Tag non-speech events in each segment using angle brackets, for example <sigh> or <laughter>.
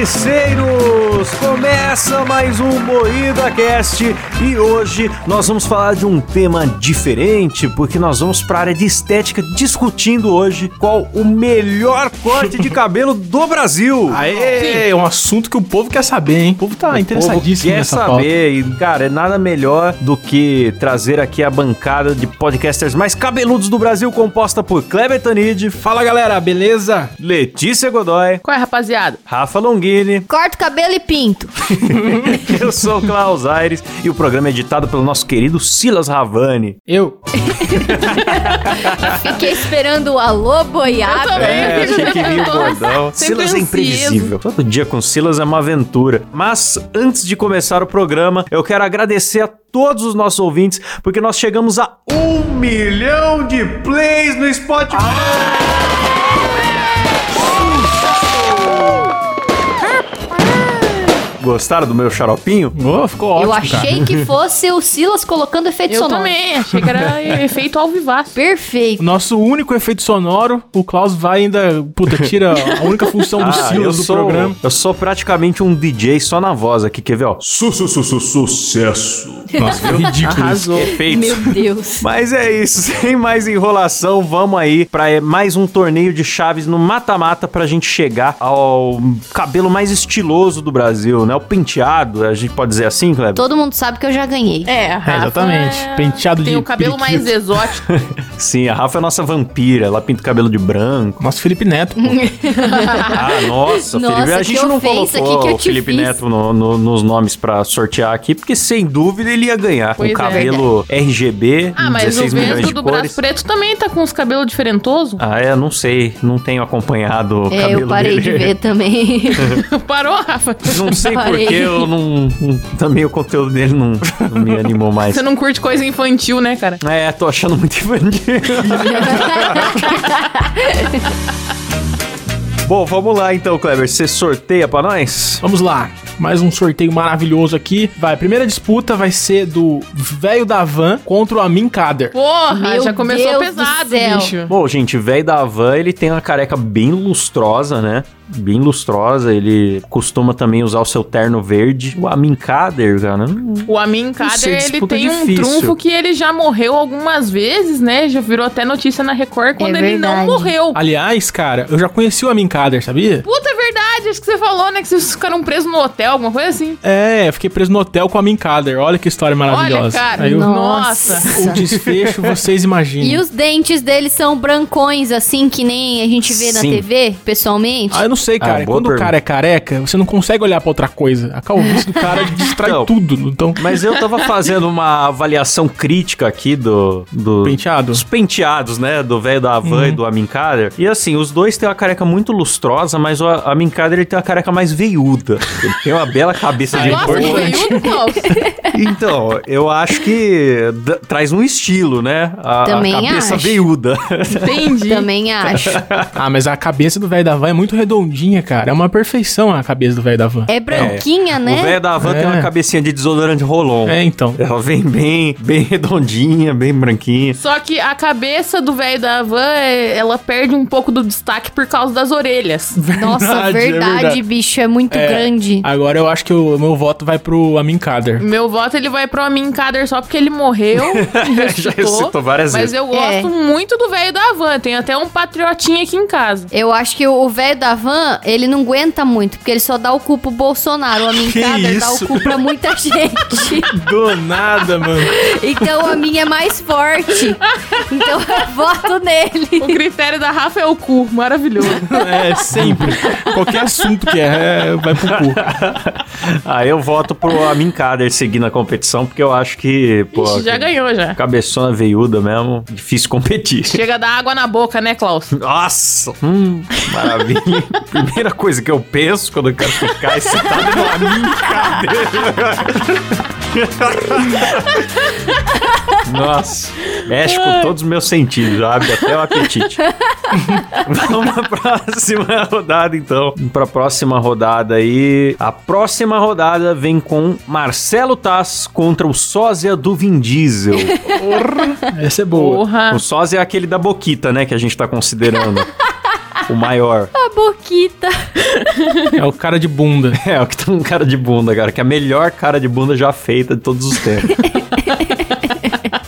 Morticeiros! Começa mais um Moída Cast e hoje nós vamos falar de um tema diferente, porque nós vamos para a área de estética discutindo hoje qual o melhor corte de cabelo do Brasil. Aê, é um assunto que o povo quer saber, hein? O povo tá interessadíssimo Quer nessa pauta. saber, e, cara, é nada melhor do que trazer aqui a bancada de podcasters mais cabeludos do Brasil, composta por Kleber Tanid, Fala, galera, beleza? Letícia Godoy, Qual é, rapaziada? Rafa Longini, Corto cabelo e pinto. <laughs> Eu sou o Klaus Aires e o programa é editado pelo nosso querido Silas Ravani. Eu. Fiquei esperando o alô boiado. É, achei que vinha o bordão. Sempre Silas é ansioso. imprevisível. Todo dia com Silas é uma aventura. Mas antes de começar o programa, eu quero agradecer a todos os nossos ouvintes, porque nós chegamos a um milhão de plays no Spotify. Ah! Sucesso! Gostaram do meu xaropinho? Ô, ficou Eu ótimo, cara. achei que fosse o Silas colocando efeito Eu sonoro. também, achei que era <laughs> efeito ao vivaço. O Perfeito. Nosso único efeito sonoro, o Klaus vai ainda, puta, tira a única função do Ah, eu Silas do sou, programa. Eu sou praticamente um DJ só na voz aqui, quer ver, ó? Su su su su sucesso. Nossa, que ridículo. Arrasou. Efeitos. Meu Deus. Mas é isso, <laughs> sem mais enrolação, vamos aí pra eh, mais um torneio de chaves no mata-mata pra gente chegar ao cabelo mais estiloso do Brasil, né? O penteado, a gente pode dizer assim, Kleber? Todo mundo sabe que eu já ganhei. É, É, a Rafa exatamente. Penteado de Tem o cabelo mais periquito. exótico. Sim, a Rafa é nossa vampira, ela pinta o cabelo de branco. Nosso Felipe Neto, <laughs> pô. Ah, nossa, <laughs> Nossa, Felipe, a que gente não ofensa, colocou que que eu o te Felipe fiz? Neto no- no- nos nomes pra sortear aqui, porque sem dúvida ele ia ganhar. Pois um é. cabelo RGB, Ah, mas o 16 milhões vento de do cores. braço preto também tá com os cabelos diferentosos. Ah, é, não sei, não tenho acompanhado o É, cabelo eu parei dele. de ver também. <laughs> Parou, Rafa? <laughs> Não sei Parei. porque eu não, não- Também o conteúdo dele não, não me animou <laughs> mais. Você não curte coisa infantil, né, cara? É, tô achando muito <laughs> infantil. Bom, vamos lá então, Kleber. Você sorteia pra nós? Vamos lá, mais um sorteio maravilhoso aqui. Vai, primeira disputa vai ser do velho da van contra o Amin Kader. Porra, Meu já começou Deus do pesado, céu. bicho. Bom, gente, o velho da van, ele tem uma careca bem lustrosa, né? Bem lustrosa. Ele costuma também usar o seu terno verde. O Amin Kader, cara. não- O Amin sei, Kader, ele disputa tem um difícil. trunfo que ele já morreu algumas vezes, né? Já virou até notícia na Record quando ele não verdade. morreu. Aliás, cara, eu já conheci o Amin Kader, sabia? Puta, é verdade, acho que você falou, né? Que vocês ficaram presos no hotel, alguma coisa assim. É, eu fiquei preso no hotel com o Amin Kader. Olha que história Olha, maravilhosa. cara, Aí eu- nossa. O desfecho, vocês E imaginam. os dentes dele são brancões, assim, que nem a gente vê na Sim. TV, pessoalmente. Ah, eu não sei, cara. Ah, boa Quando o pergunta. cara é careca, você não consegue olhar pra outra coisa. A calvície do <laughs> cara distrai Então. tudo. Então, Mas eu tava fazendo uma avaliação crítica aqui do. do penteado. Dos penteados, né? Do velho da Havan e do Amin Kader. E assim, os dois têm uma careca muito lustrosa, mas o Amin Kader ele tem uma careca mais veiuda. Ele tem uma bela cabeça Ah, de Nossa, boi. que veiudo, Klaus. Então, eu acho que d- traz um estilo, né? A, a Também cabeça acho. veiuda. Entendi. Também acho. Ah, mas a cabeça do velho da van é muito redondinha, cara. É uma perfeição a cabeça do velho da van. É branquinha, O né? velho da Havan tem uma É. cabecinha de desodorante rolon. É, então. Ela vem bem, bem redondinha, bem branquinha. Só que a cabeça do velho da van, é- ela perde um pouco do destaque por causa das orelhas. Nossa, Verdade, é verdade, verdade. bicho, é muito grande. Agora eu acho que o meu voto vai pro Amin <laughs> Kader. Meu voto ele vai pro Amin Kader só porque ele morreu. <laughs> Já ressuscitou. citou várias Mas vezes. eu gosto É. muito do velho da van. Tem até um patriotinho aqui em casa. Eu acho que o velho da van, ele não aguenta muito, porque ele só dá o cu pro Bolsonaro. O Que Amincada dá isso? o cu <laughs> pra muita gente. Do nada, mano. Então a minha é mais forte. Então eu voto nele. O critério da Rafa é o cu. Maravilhoso. <laughs> É, sempre. Qualquer assunto que é, é, vai pro cu. Ah, eu voto pro Amin Kader seguir na competição, porque eu acho que. Pô, Ixi, já que- ganhou já. Cabeçona veiuda mesmo, difícil competir. Chega da água na boca, né, Klaus? Nossa! Hum, maravilha. <laughs> Primeira coisa que eu penso quando eu quero ficar excitado é no amigo cadeira. Nossa, mexe com todos os meus sentidos, abre até o apetite. <laughs> Vamos pra próxima rodada, então. Vamos Pra próxima rodada aí. A próxima rodada vem com Marcelo Taz contra o sósia do Vin Diesel. Essa é boa. Porra. O Ah. <laughs> sósia é aquele da boquita, né, que a gente tá considerando. o maior. A boquita. É o cara de bunda. É, o que tá um cara de bunda, cara, que é a melhor cara de bunda já feita de todos os tempos.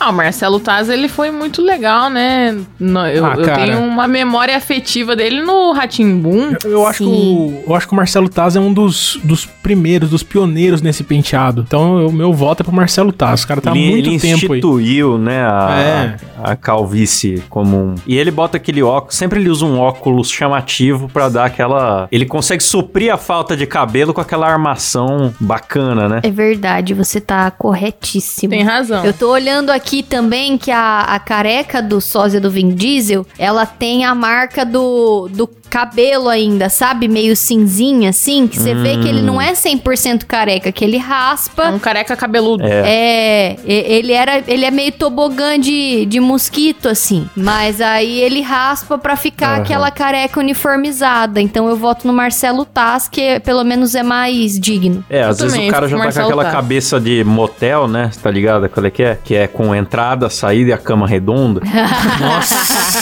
Ah, o Marcelo Taz, ele foi muito legal, né? No- eu, Ah, eu cara. tenho uma memória afetiva dele no Ratimbum. Eu, eu acho que o, eu acho que o Marcelo Taz é um dos, dos primeiros, dos pioneiros nesse penteado. Então, o meu voto é pro Marcelo Taz. O cara tá há ele, muito ele tempo aí. instituiu, né, a, É. a calvície comum. E ele bota aquele óculos, sempre ele usa um óculos chamativo pra dar aquela... Ele consegue suprir a falta de cabelo com aquela armação bacana, né? É verdade, você tá corretíssimo. Tem razão. Eu tô olhando aqui também que a, a careca do sósia do Vin Diesel, ela tem a marca do, do cabelo ainda, sabe? Meio cinzinha, assim, que você vê que ele Hum. não é 100% careca, que ele É raspa. um careca cabeludo. É, e- ele era, ele é meio tobogã de, de mosquito, assim. Mas aí ele raspa pra ficar Aham. aquela careca uniformizada. Então eu voto no Marcelo Taz, que pelo menos é mais digno. É, às vezes também, o cara eu já fico tá com Marcelo aquela Taz. cabeça de motel, né? Tá ligado? Qual é que é? Que é com entrada, saída e a cama redonda. Nossa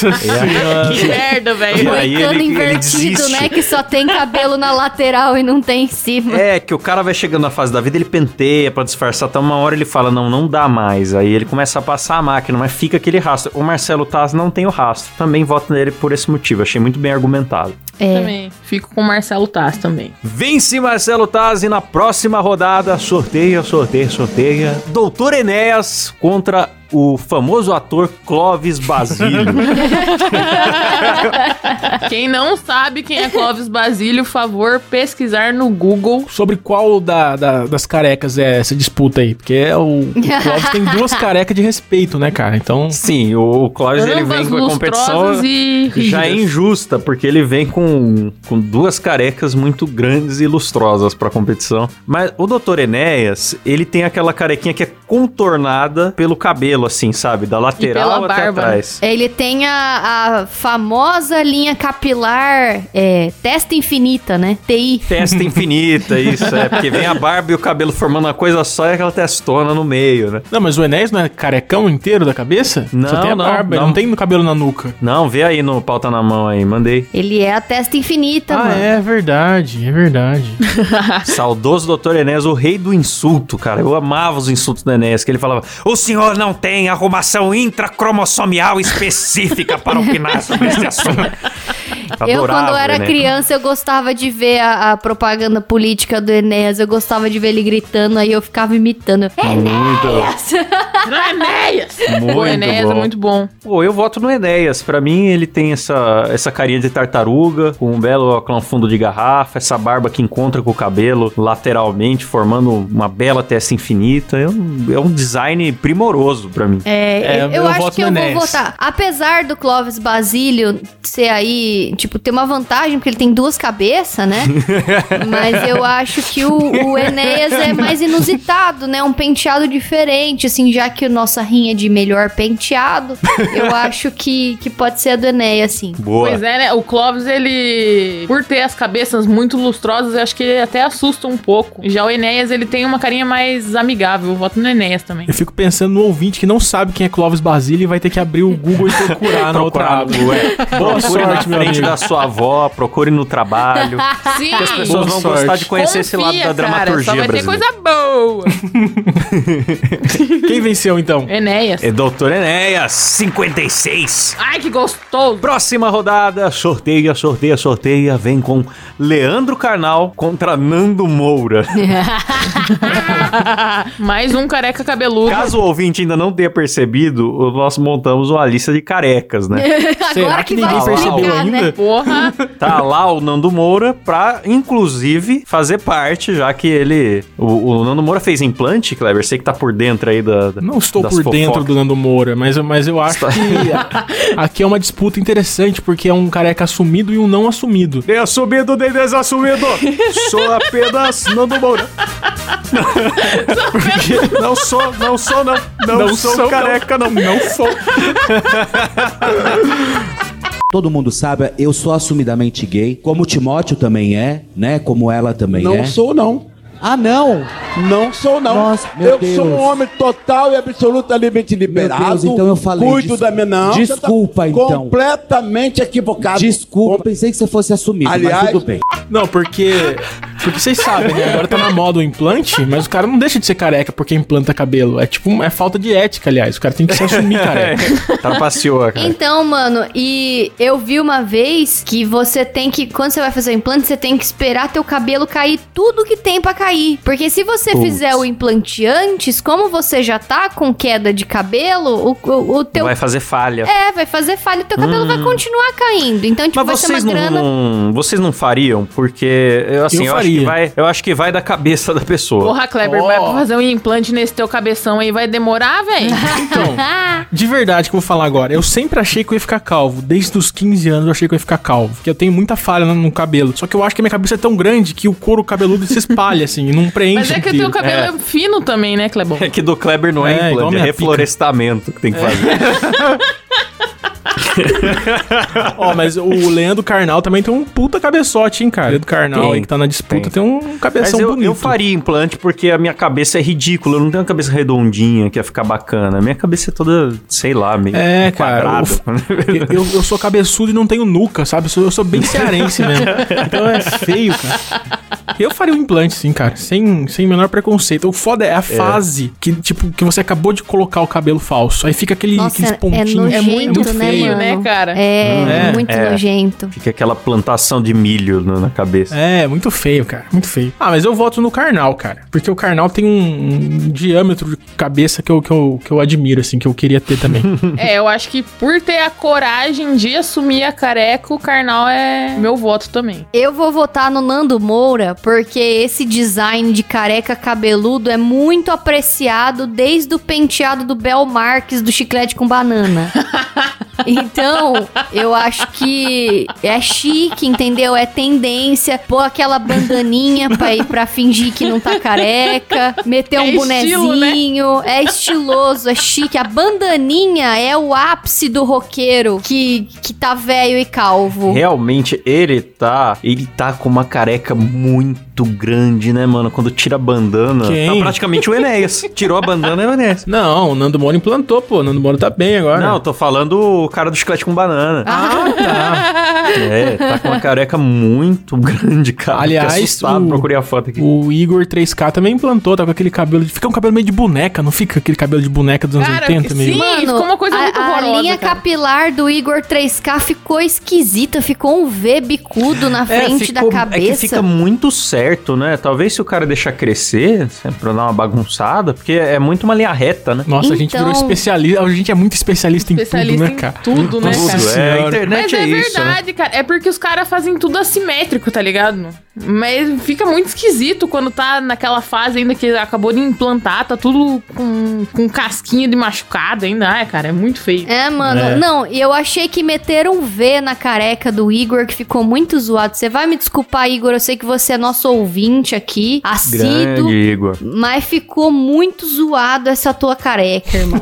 É. Que merda, E velho. aí? ele- Moicano ele invertido, desiste. né? Que só tem cabelo na lateral e não tem em cima. É, que o cara vai chegando na fase da vida, ele penteia pra disfarçar, até uma hora ele fala, não, não dá mais. Aí ele começa a passar a máquina, mas fica aquele rastro. O Marcelo Taz não tem o rastro, também voto nele por esse motivo, achei muito bem argumentado. É. Também. Fico com o Marcelo Taz <laughs> também. Vence Marcelo Taz e na próxima rodada, sorteia, sorteia, sorteia. Doutor Enéas contra o famoso ator Clóvis Basílio. Quem não sabe quem é Clóvis Basílio, favor pesquisar no <laughs> Google. Sobre qual da- da- das carecas é essa disputa aí? Porque é o, o Clóvis tem duas carecas de respeito, né, cara? <laughs> Então. Sim, o Clóvis ele Ambas vem com a competição... lustrosas e Já é rígidas. injusta, porque ele vem com, com duas carecas muito grandes e lustrosas pra competição. Mas o Dr. Enéas, ele tem aquela carequinha que é contornada pelo cabelo, assim, sabe? Da lateral pela até barba. É. atrás. Ele tem a, a famosa linha capilar é, testa infinita, né? TI. Testa <laughs> infinita, isso, é. Porque vem a barba e o cabelo formando uma coisa só e aquela testona no meio, né? Não, mas o Enéas não é carecão inteiro da cabeça? Só Não, tem a não, barba, ele não. não tem cabelo na nuca. Não, vê aí no pauta na mão aí, mandei. Ele é a testa infinita, ah, mano. é verdade, <laughs> é verdade. Saudoso Dr. Enéas, o rei do insulto, cara. Eu amava os insultos do Enéas, que ele falava: O senhor não tem arrumação intracromossomial específica para opinar sobre esse assunto. Eu, quando Adorava, era né? criança, eu gostava de ver a, a propaganda política do Enéas. Eu gostava de ver ele gritando, aí eu ficava imitando. É, Muito. Não, Enéas! Muito Pô, Enéas bom. é muito bom. Pô, eu voto no Enéas. Pra mim, ele tem essa, essa carinha de tartaruga, com um belo óculos fundo de garrafa, essa barba que encontra com o cabelo lateralmente, formando uma bela testa infinita. É um, é um design primoroso pra mim. É, É, eu, eu acho voto que eu no vou Enéas. votar. Apesar do Clóvis Basílio ser aí, tipo, ter uma vantagem, porque ele tem duas cabeças, né? Mas eu acho que o, o Enéas é mais inusitado, né? Um penteado diferente, assim, já que a nossa rinha é de melhor penteado, eu acho que, que pode ser a do Enéas, assim. Boa. Pois é, né? O Clóvis, ele, por ter as cabeças muito lustrosas, eu acho que ele até assusta um pouco. Já o Enéas, ele tem uma carinha mais amigável. Eu voto no Enéas também. Eu fico pensando no ouvinte que não sabe quem é Clóvis Basílio e vai ter que abrir o Google e <laughs> procurar na outra Procurar aba. no Google, é. Boa procure na sorte, meu frente amigo. da sua avó, procure no trabalho. <laughs> <laughs> Sim, As pessoas Boa vão sorte. gostar de conhecer esse lado da Confia, cara, dramaturgia Só vai ter brasileira. coisa boa. Quem venceu, então? Enéas. É Doutor Enéas, 56. Ai, que gostoso. Próxima rodada, sorteia, sorteia, sorteia. Vem com Leandro Carnal contra Nando <laughs> Moura. Mais um careca cabeludo. Caso o ouvinte ainda não tenha percebido, o- nós montamos uma lista de carecas, né? <laughs> Será que né? ninguém explicar, percebeu ainda? né? Porra. Tá lá o Nando Moura pra, inclusive, fazer parte, já que ele. O, o Nando Moura fez implante, Kleber. Sei que tá por dentro aí da. da- Não estou das por dentro fofocas. do Nando Moura, mas, mas eu acho que aqui é uma disputa interessante, porque é um careca assumido e um não assumido. Nem assumido, nem desassumido. sou apenas Nando Moura. né? não sou, não sou, não. Não, sou, careca, não. Não, sou. Todo mundo sabe, eu sou assumidamente gay, como o Timóteo também é, né? Como ela também Não é. sou, não. Ah, não! Não sou, não. Nossa, meu eu sou um Deus. homem total e absolutamente liberado. Deus, então eu falei, Cuido des- da minha. Não, você desculpa, tá então. Completamente Ah, equivocado. Desculpa, Com- pensei que você fosse assumir, mas Aliás- tudo bem. Não, porque. Porque vocês sabem, né? Agora tá na moda o implante, mas o cara não deixa de ser careca porque implanta cabelo. É tipo, é falta de ética, aliás. O cara tem que se <laughs> assumir careca. Tá Trapaceou, cara. Então, mano, e eu vi uma vez que você tem que, quando você vai fazer o implante, você tem que esperar teu cabelo cair tudo que tem pra cair. Porque se você Putz. fizer o implante antes, como você já tá com queda de cabelo, o, o, o teu. Vai fazer falha. Então, É, vai fazer falha, teu cabelo vai continuar caindo. Então, tipo, Mas vai ser vocês uma não, grana. não- vocês não fariam, porque eu, assim, Eu eu, acho faria. que vai, eu acho que vai da cabeça da pessoa. Porra, Kleber, Ó. vai fazer um implante nesse teu cabeção aí, vai demorar, velho? Então, de verdade que eu vou falar agora. Eu sempre achei que eu ia ficar calvo. Desde os 15 anos eu achei que eu ia ficar calvo. Porque eu tenho muita falha no, no cabelo. Só que eu acho que a minha cabeça é tão grande que o couro cabeludo se espalha, assim, e não preenche. Mas é que o inteiro. teu cabelo é, fino também, né, Clebão? É que do Kleber não É, é, igual implante, é minha pica. É. reflorestamento que tem que fazer. Ó, mas o Leandro Carnal também tem um puta cabeçote, hein, cara? Leandro Carnal Tem, aí que tá na disputa tem, um Mas cabeção eu, bonito. eu faria implante porque a minha cabeça é ridícula. Eu não tenho uma cabeça redondinha que ia ficar bacana. A minha cabeça é toda, sei lá, meio É, cara. quadrada. <laughs> Eu, eu, eu sou cabeçudo e não tenho nuca, sabe? Eu sou, eu sou bem cearense mesmo. Então é feio, cara. Eu faria um implante, sim, cara. Sem, sem o menor preconceito. O foda é a fase que, tipo, que você acabou de colocar o cabelo falso. Aí fica aquele, Nossa, aqueles é pontinhos. nojento, muito né, feio. mano? Feio, né, cara? É, É, muito é. nojento. Fica aquela plantação de milho na na cabeça. É, muito feio, cara. Muito feio. Ah, mas eu voto no Karnal, cara. Porque o Karnal tem um, um diâmetro de cabeça que eu, que, eu, que eu admiro, assim, que eu queria ter <laughs> também. É, eu acho que por ter a coragem de assumir a careca, o Karnal é meu voto também. Eu vou votar no Nando Moura porque esse design de careca cabeludo é muito apreciado desde o penteado do Bel Marques do chiclete com <laughs> banana. Então, eu acho que é chique, entendeu? É tendência. Pôr aquela bandaninha pra, ir, pra fingir que não tá careca. Meter É um estilo, né? bonezinho. É estiloso, é chique. A bandaninha é o ápice do roqueiro que, que tá velho e calvo. Realmente, ele tá. Ele tá com uma careca muito grande, né, mano? Quando tira a bandana, Quem? tá praticamente o <laughs> Enéas. Tirou a bandana, é o Enéas. Não, o Nando Moura implantou, pô. O Nando Moura tá bem agora. Não, eu tô falando o cara do chiclete com banana. Ah, tá. É, tá com uma careca muito grande, cara. Aliás, Fiquei assustado, o- procurei a foto aqui. O Igor 3K também implantou, tá com aquele cabelo. de- Fica um cabelo meio de boneca, não fica aquele cabelo de boneca dos anos Cara, 80 meio. sim. ficou uma coisa a, muito a horrorosa, linha cara. capilar do Igor 3K ficou esquisita, ficou um V bicudo na frente É, ficou- da É que cabeça. fica muito certo, né? Talvez se o cara deixar crescer, assim, pra dar uma bagunçada, porque é muito uma linha reta, né? Nossa, a gente Então- virou especialista. A gente é muito especialista, Especialista em tudo, né, cara? em tudo, né, Nossa cara? Tudo, é, a senhora. internet Mas é, é, isso, né? verdade, cara. É porque os caras fazem tudo assimétrico, tá ligado? Mas fica muito esquisito quando tá naquela fase ainda que acabou de implantar, tá tudo com, com casquinha de machucado ainda. Ah, cara, é muito feio. É, mano. É. Não, e eu achei que meteram um V na careca do Igor, que ficou muito zoado. Você vai me desculpar, Igor, eu sei que você é nosso ouvinte aqui, assíduo. Grande, Igor. Mas ficou muito zoado essa tua careca, <laughs> irmão.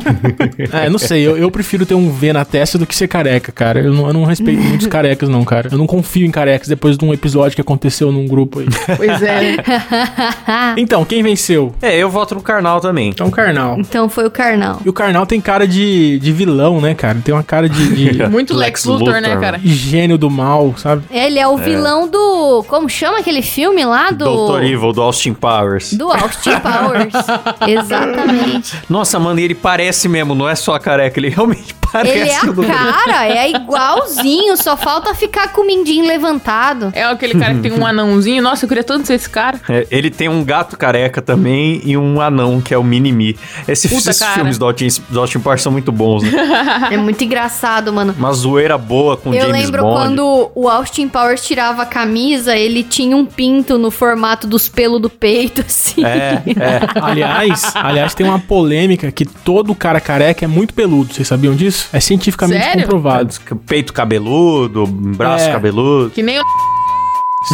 Ah, eu não sei, eu, eu prefiro ter um V na testa do que ser careca, cara. Eu não, eu não respeito muitos carecas, não, cara. Eu não confio em carecas depois de um episódio que aconteceu num grupo aí. Pois é. então, quem venceu? É, eu voto no Karnal também. Então, o Karnal. então foi o Carnal. E o Karnal tem cara de, de vilão, né, cara? Tem uma cara de, de É Muito Lex Lex, Luthor, Luthor, né, cara? gênio do mal, sabe? Ele é o vilão do. Como chama aquele filme lá? Do. Doutor Evil, do Austin Powers. Do Austin <laughs> Powers. Exatamente. Nossa, mano, e ele parece mesmo, não é só a careca, ele <laughs> realmente parece Ele é assim o Doutor a cara, é igualzinho, só falta ficar com o mindinho levantado. É aquele cara que tem um anãozinho. Nossa, eu queria tanto ser esse cara. É, ele tem um gato careca também e um anão, que é o Minimi. Esses, Puta, esses cara. filmes do Austin, do Austin Powers são muito bons, né? É muito engraçado, mano. Uma zoeira boa com Eu James lembro Bond. quando o Austin Powers tirava a camisa, ele tinha um pinto no formato dos pelos do peito, <laughs> assim. É, é. Aliás, aliás, tem uma polêmica que todo cara careca é muito peludo. Vocês sabiam disso? É cientificamente Sério? comprovado. Peito cabeludo, braço É. cabeludo. Que nem o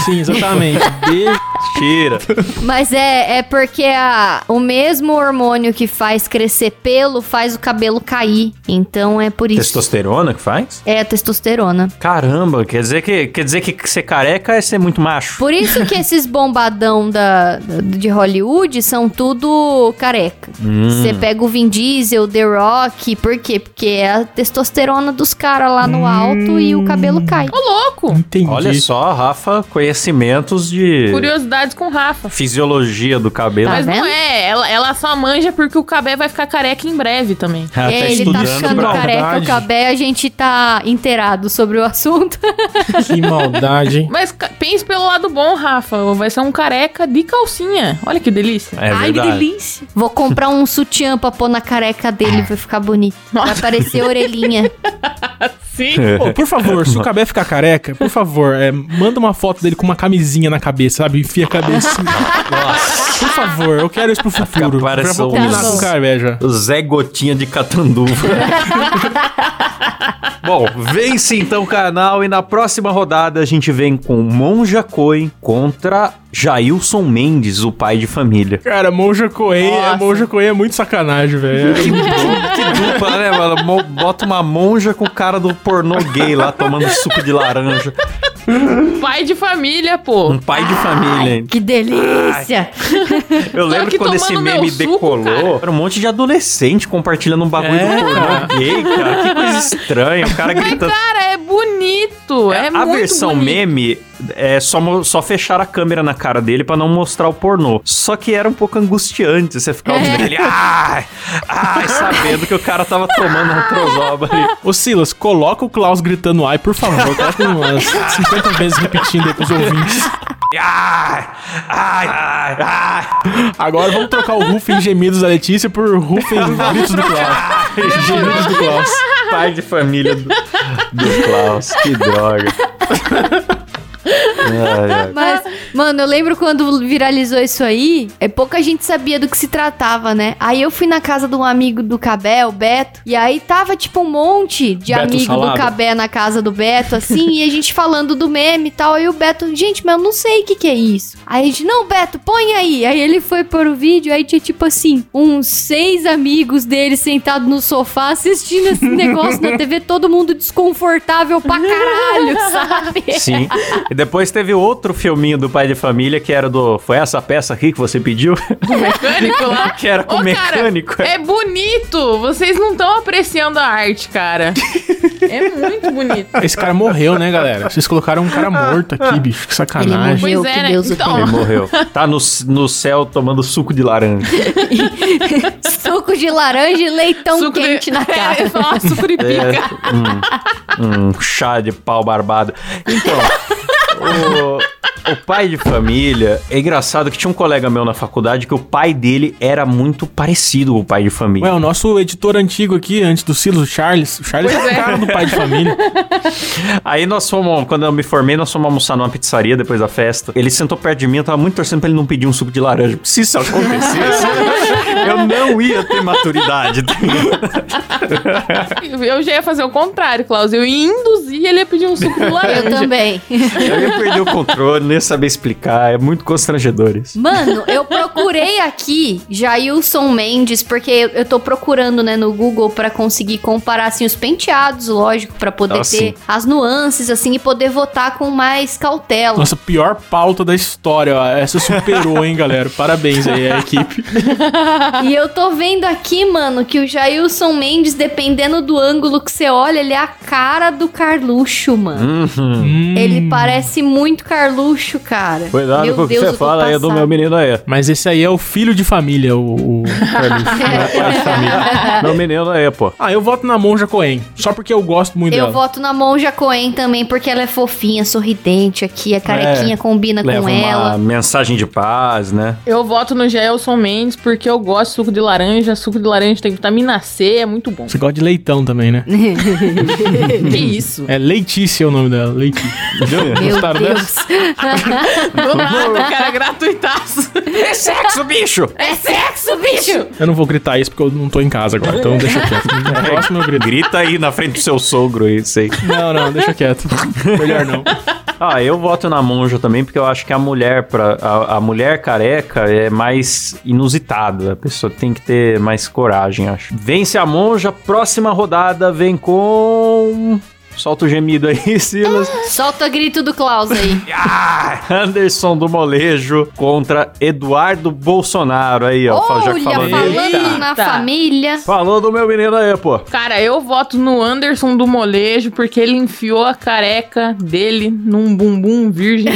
Sim, exatamente. Beijo Tira. Mas é, é porque a, o mesmo hormônio que faz crescer pelo faz o cabelo cair. Então é por isso. Testosterona que faz? É a testosterona. Caramba, quer dizer que quer dizer que ser careca é ser muito macho. Por isso que esses bombadão da, da- de Hollywood são tudo careca. Você pega o Vin Diesel, o The Rock, por quê? Porque é a testosterona dos caras lá no alto e o cabelo cai. Ô, louco! Entendi. Olha só, Rafa, conhecimentos de Curiosidades com Rafa. fisiologia do cabelo. Tá Mas não vendo? é, ela, ela só manja porque o Cabé vai ficar careca em breve também. Ela é, ele tá ficando pra- careca, o Verdade. cabelo, a gente tá inteirado sobre o assunto. <laughs> Que maldade, hein? Mas ca- pense pelo lado bom, Rafa. Vai ser um careca de calcinha. Olha que delícia. É Ai, que verdade. <laughs> delícia. Vou comprar um sutiã pra pôr na careca dele, vai ficar bonito. Vai Nossa. aparecer orelhinha. Sim, Pô, por <laughs> favor, se o Cabé ficar careca, por favor, é, manda uma foto dele com uma camisinha na cabeça, sabe? Enfia a cabeça. assim. Por favor, eu quero isso pro futuro. Fica Já vou parecendo combinar um- com o Cabé já. O Zé Gotinha de Catanduva. <laughs> Bom, vence então o canal e na próxima rodada a gente vem com Monja Coen contra Jailson Mendes, o pai de família. Cara, Monja Coen, Nossa. é, Monja Coen é muito sacanagem, velho. <laughs> Que dupla, né, mano? Mo- Bota uma monja com o cara do pornô gay lá tomando suco de laranja. pai de família, pô. Um pai de família, hein? Que delícia! Eu lembro aqui que quando esse tomando meu meme suco, decolou, cara. era um monte de adolescente compartilhando um bagulho É. do pornô gay, cara. Que coisa estranha. O cara gritando. Cara, é bonito. É, muito a versão bonito. meme é só, mo- só fechar a câmera na cara dele pra não mostrar o pornô. Só que era um pouco angustiante você ficar É. ouvindo aquele ai, ai, sabendo que o cara tava tomando um trozoba ali. Ô Silas, coloca o Klaus gritando ai, por favor. Coloca umas 50 vezes repetindo aí pros ouvintes. Ai, ai, ai, ai. Agora vamos trocar o Rufem gemidos da Letícia por Rufem gritos do Klaus. gemidos do Klaus. Pai de família do, do Klaus, que droga. Ai, ai. Mas, mano, eu lembro quando viralizou isso aí, é pouca gente sabia do que se tratava, né? Aí eu fui na casa de um amigo do Cabé, o Beto, e aí tava tipo um monte de Beto amigo Salado. do Cabé na casa do Beto, assim, e a gente falando do meme e tal. Aí o Beto, gente, mas eu não sei o que que é isso. Aí a gente, não, Beto, põe aí. Aí ele foi pôr o vídeo, aí tinha tipo assim, uns seis amigos dele sentados no sofá assistindo <laughs> esse negócio na TV, todo mundo desconfortável pra caralho, sabe? Sim. E depois teve outro filminho do pai de família que era do. Foi essa peça aqui que você pediu? Do mecânico <laughs> lá. que era com Ô, o mecânico. Cara, é bonito. Vocês não estão apreciando a arte, cara. é muito bonito. Esse cara morreu, né, galera? Vocês colocaram um cara morto aqui, bicho. Que Ele sacanagem. morreu. Pois que é, né? Deus o então, Ele morreu. Tá no, no céu tomando suco de laranja. <laughs> Suco de laranja e leitão suco de- quente na <laughs> É, cara. fala suco de pica. <laughs> Um chá de pau barbado. Então, o, o pai de família. É engraçado que tinha um colega meu na faculdade que o pai dele era muito parecido com o pai de família. Ué, o nosso editor antigo aqui, antes do Silas, o Charles. O Charles Pois é é. o cara do pai de <laughs> família. Aí nós fomos, quando eu me formei, nós fomos almoçar numa pizzaria depois da festa. Ele sentou perto de mim, eu tava muito torcendo pra ele não pedir um suco de laranja. Se isso acontecesse, eu não ia ter maturidade. Eu já ia fazer o contrário, Klaus. Eu ia induzir ele a pedir um suco de laranja. Eu também. Eu ia perder o controle, não ia saber explicar. É muito constrangedor isso. Mano, eu procurei aqui Jailson Mendes, porque eu, eu tô procurando, né, no Google pra conseguir comparar, assim, os penteados, lógico, pra poder Ah, ter sim. as nuances, assim, e poder votar com mais cautela. Nossa, pior pauta da história. ó. Essa superou, hein, galera. Parabéns aí à equipe. E eu tô vendo aqui, mano, que o Jailson Mendes, dependendo do ângulo que você olha, ele é a cara do Carluxo, mano. Uhum. Hum. Ele parece muito Carluxo, cara. Meu Deus, eu tô passada. menino <laughs> aí. Mas esse aí é o filho de família, o, o Carluxo. não é <laughs> pai de família. Meu menino aí, pô. Ah, eu voto na Monja Coen. Só porque eu gosto muito Eu dela. voto na Monja Coen também, porque ela é fofinha, sorridente aqui, a carequinha combina É. Leva com uma ela. mensagem de paz, né? Eu voto no Gelson Mendes porque eu gosto de suco de laranja. Suco de laranja tem vitamina C, é muito bom. Você gosta de leitão também, né? que isso? <laughs> É Leitícia o nome dela. Leitícia. Meu Gostaram Deus. Do nada, cara, gratuitaço. É sexo, bicho! É sexo, bicho! Eu não vou gritar isso porque eu não tô em casa agora, então deixa quieto. No próximo eu grito. Grita aí na frente do seu sogro aí, sei. Não, não, deixa quieto. Melhor não. Ah, eu voto na Monja também, porque eu acho que a mulher pra, a, a mulher careca é mais inusitada. A pessoa tem que ter mais coragem, acho. Vence a Monja, próxima rodada vem com... Solta o gemido aí, <laughs> Silas. Solta grito do Klaus aí. Ah, Anderson do Molejo contra Eduardo Bolsonaro. Aí, ó, já Olha, que falando, falou dele. na Eita. família. Falou do meu menino aí, pô. Cara, eu voto no Anderson do Molejo porque ele enfiou a careca dele num bumbum <laughs> virgem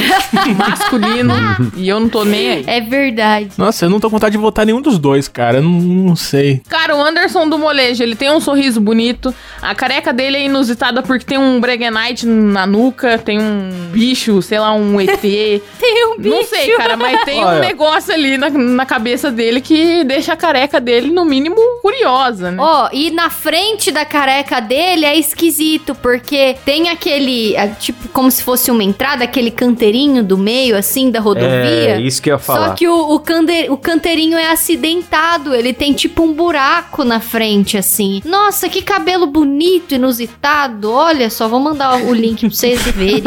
masculino e eu não tô nem aí. É verdade. Nossa, eu não tô com vontade de votar nenhum dos dois, cara. Eu não, não sei. Cara, o Anderson do Molejo, ele tem um sorriso bonito. A careca dele é inusitada porque tem um Breguenite na nuca, tem um bicho, sei lá, um ET. Tem um bicho. Não sei, cara, mas tem Olha. um negócio ali na, na cabeça dele que deixa a careca dele, no mínimo, curiosa, né? Ó, e na frente da careca dele é esquisito, porque tem aquele, ah, tipo, como se fosse uma entrada, aquele canteirinho do meio, assim, da rodovia. É, isso que eu ia falar. Só que o, o, cande- o canteirinho é acidentado, ele tem tipo um buraco na frente, assim. Nossa, que cabelo bonito, inusitado. Olha só, vou mandar o link pra vocês <laughs> verem.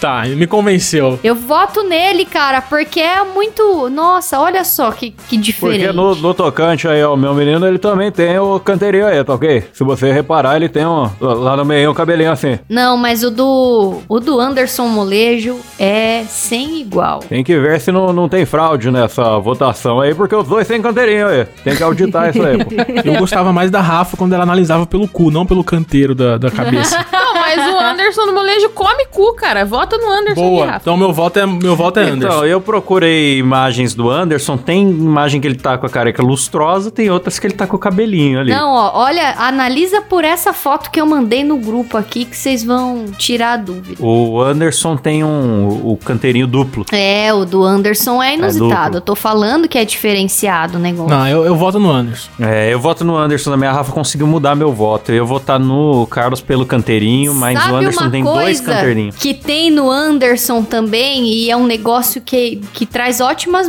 Tá, me convenceu. Eu voto nele, cara, porque é muito. Nossa, olha só que, que diferente. Porque no, no tocante aí, ó, meu menino, ele também tem o canteirinho aí, tá ok? Se você reparar, ele tem um, lá no meio um cabelinho assim. Não, mas o do. O do Anderson Molejo é sem igual. Tem que ver se não, não tem fraude nessa votação aí, porque os dois têm canteirinho aí. Tem que auditar isso <laughs> aí, pô. Eu gostava mais da Rafa quando ela analisava pelo cu, não pelo canteiro da, da cabeça. <laughs> Não, mas o Anderson do Molejo come cu, cara. Vota no Anderson, hein, Boa. Rafa. Então meu voto é, meu voto é Anderson. Então, eu procurei imagens do Anderson. Tem imagem que ele tá com a careca lustrosa, tem outras que ele tá com o cabelinho ali. Não, ó, olha, analisa por essa foto que eu mandei no grupo aqui que vocês vão tirar a dúvida. O Anderson tem um, o canteirinho duplo. É, o do Anderson é duplo. inusitado. eu tô falando que é diferenciado o negócio. então. Não, eu, eu voto no Anderson. É, eu voto no Anderson também. A Rafa conseguiu mudar meu voto. Eu ia votar no Carlos pelo canteirinho, mas Sabe o Anderson uma tem coisa dois canteirinhos. que tem no Anderson também e é um negócio que, que traz ótimas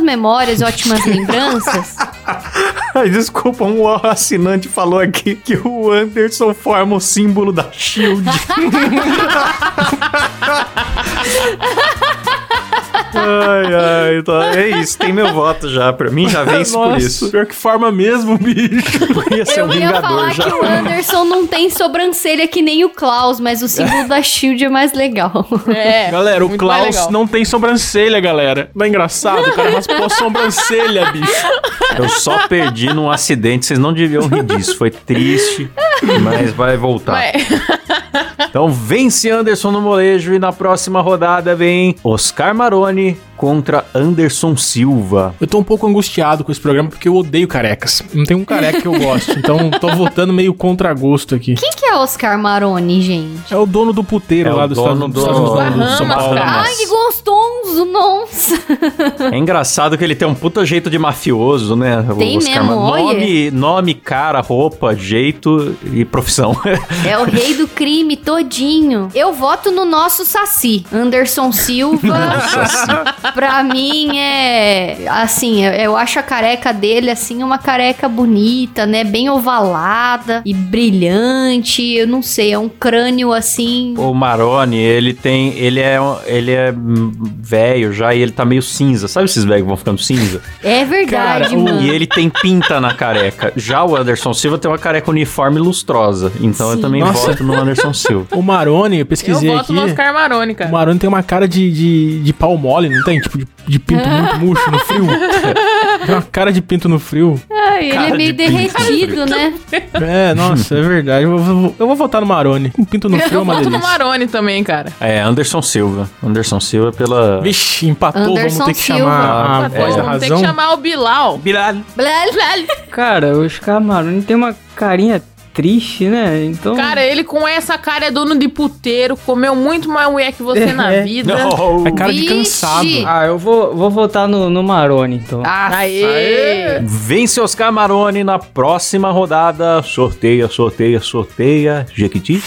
<laughs> memórias, ótimas lembranças? Desculpa, um assinante falou aqui que o Anderson forma o símbolo da Shield. ai, ai, então é isso. Tem meu voto já. Pra mim <laughs> já vence por Nossa, isso. Pior que forma mesmo, bicho. Ia ser um Eu ia vingador falar já. que o Anderson não tem sobrancelha que nem o Klaus, mas o símbolo <laughs> da Shield é mais legal. É, Então, galera, o muito mais Klaus legal. não tem sobrancelha, galera. Não é engraçado, cara, mas pô, sobrancelha, bicho. <laughs> Eu só perdi num acidente. Vocês não deviam rir disso. Foi triste, mas vai tá. voltar. Mas- Então vence Anderson no molejo e na próxima rodada vem Oscar Maroni contra Anderson Silva. Eu tô um pouco angustiado com esse programa porque eu odeio carecas. Não tem um careca que eu gosto, então tô votando meio contra gosto aqui. Quem que é Oscar Maroni, gente? É o dono do puteiro É lá o dos dono do- Estados, dos Estados Unidos, Bahamas, do São Paulo. cara. Ai, que gostoso, nossa. <laughs> É engraçado que ele tem um puta jeito de mafioso, né? o Tem mesmo, olha. nome, nome, cara, roupa, jeito e profissão. <laughs> É o rei do crime todinho. Eu voto no nosso Saci, <laughs> Anderson Silva. pra mim é assim, eu, eu acho a careca dele assim uma careca bonita, né, bem ovalada e brilhante. Eu não sei, é um crânio assim. o Maroni, ele tem, ele é, um- ele é hum, velho já e ele tá meio cinza. Sabe esses velhos que vão ficando <laughs> cinza? É verdade, Cara, o- mano. E é ele tem pinta na careca. Já o Anderson Silva tem uma careca uniforme lustrosa. Então eu Sim. também Nossa. voto no Anderson Silva. O Maroni, eu Eu pesquisei voto aqui. no Oscar Maroni, cara. O Maroni tem uma cara de, de, de pau mole, não tem? Tipo, de, de <laughs> pinto muito murcho no frio. Tem uma cara de pinto no frio. Ai, ele cara é meio de pinto. derretido, né? É, nossa, é verdade. Eu vou, eu vou votar no Maroni. Um pinto no frio é Eu uma voto no delícia. Maroni também, cara. É, Anderson Silva. Anderson Silva pela. Vixe, empatou, Anderson vamos ter que Silva. chamar a Ah, voz é. da Vamos ter que razão. chamar o Bilal. Bilal. Blá, blá, blá. Cara, o Oscar Maroni tem uma carinha triste, né? Então. Cara, ele com essa cara é dono de puteiro, comeu muito mais mulher que você na É. vida. É cara de Vixe! cansado. Ah, eu vou, vou votar no, no Maroni, então. Ah, Aê! Vence Oscar Maroni na próxima rodada. Sorteia, sorteia, sorteia. <laughs> Jequiti.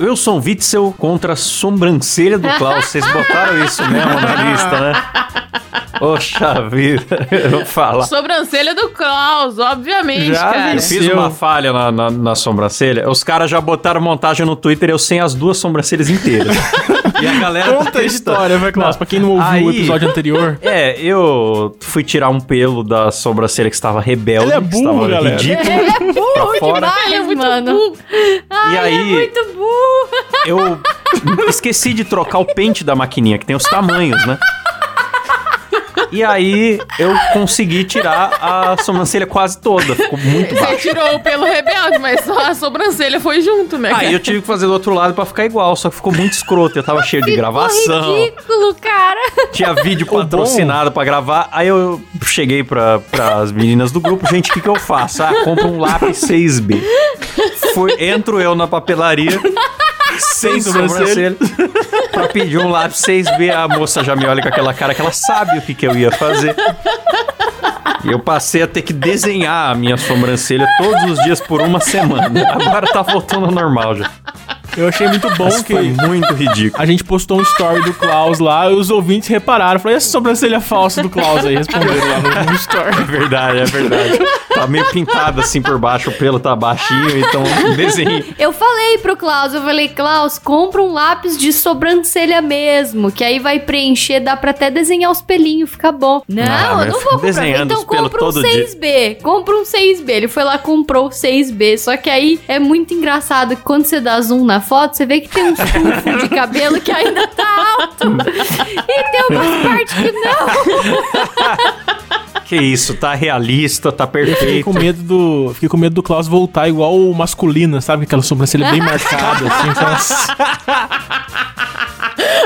Wilson Witzel contra a sobrancelha do Klaus. Vocês botaram isso mesmo na lista, né? Poxa vida, <laughs> eu vou falar. Sobrancelha do Klaus, obviamente, Já cara. eu fiz uma falha na, na, na sobrancelha. Os caras já botaram montagem no Twitter, eu sem as duas sobrancelhas <laughs> inteiras. e a galera. tá Conta a história, vai, Klaus. Não, Pra quem não ouviu o aí- episódio anterior. É, eu fui tirar um pelo da sobrancelha que estava rebelde. Ele é que burro, estava galera. ridículo. é burro Pra fora. demais, Ele é muito mano. burro. E É aí, muito burro. eu esqueci de trocar o pente da maquininha, que tem os tamanhos, né? E aí, eu consegui tirar a sobrancelha quase toda. Ficou muito baixo. Você tirou o pelo rebelde, mas só a sobrancelha foi junto, né? cara? Aí eu tive que fazer do outro lado pra ficar igual, só que ficou muito escroto. Eu tava cheio de gravação. Ridículo, cara. <laughs> Tinha vídeo patrocinado pra gravar. Aí eu cheguei pra, pras meninas do grupo, gente, o que, que eu faço? Ah, compro um lápis 6B. Fui, entro eu na papelaria, sem sobrancelha, pra pedir um lápis 6B. A moça já me olha com aquela cara que ela sabe o que, que eu ia fazer. E eu passei a ter que desenhar a minha sobrancelha todos os dias por uma semana. Agora tá voltando ao normal já. Eu achei muito bom Mas que. foi muito ridículo. A gente postou um story do Klaus lá e os ouvintes repararam. Falaram, e essa sobrancelha falsa do Klaus aí? Responderam lá no, no story. É verdade, é verdade. Tá meio pintado assim por baixo, o pelo tá baixinho, então desenho. Eu falei pro Klaus, eu falei, Klaus, compra um lápis de sobrancelha mesmo, que aí vai preencher, dá pra até desenhar os pelinhos, fica bom. Não, Ah, eu mas não vou comprar. desenhando Então os pelos compra um todo dia. 6B, compra um 6B. Ele foi lá, comprou o 6B, só que aí é muito engraçado que quando você dá zoom na foto, você vê que tem um tufo de cabelo que ainda tá alto. Então, e tem algumas partes que não. Que isso, tá realista, tá Eu fiquei com perfeito. medo do. Fiquei com medo do Klaus voltar igual o masculina, sabe? Aquela sobrancelha bem marcada, assim. Nossa.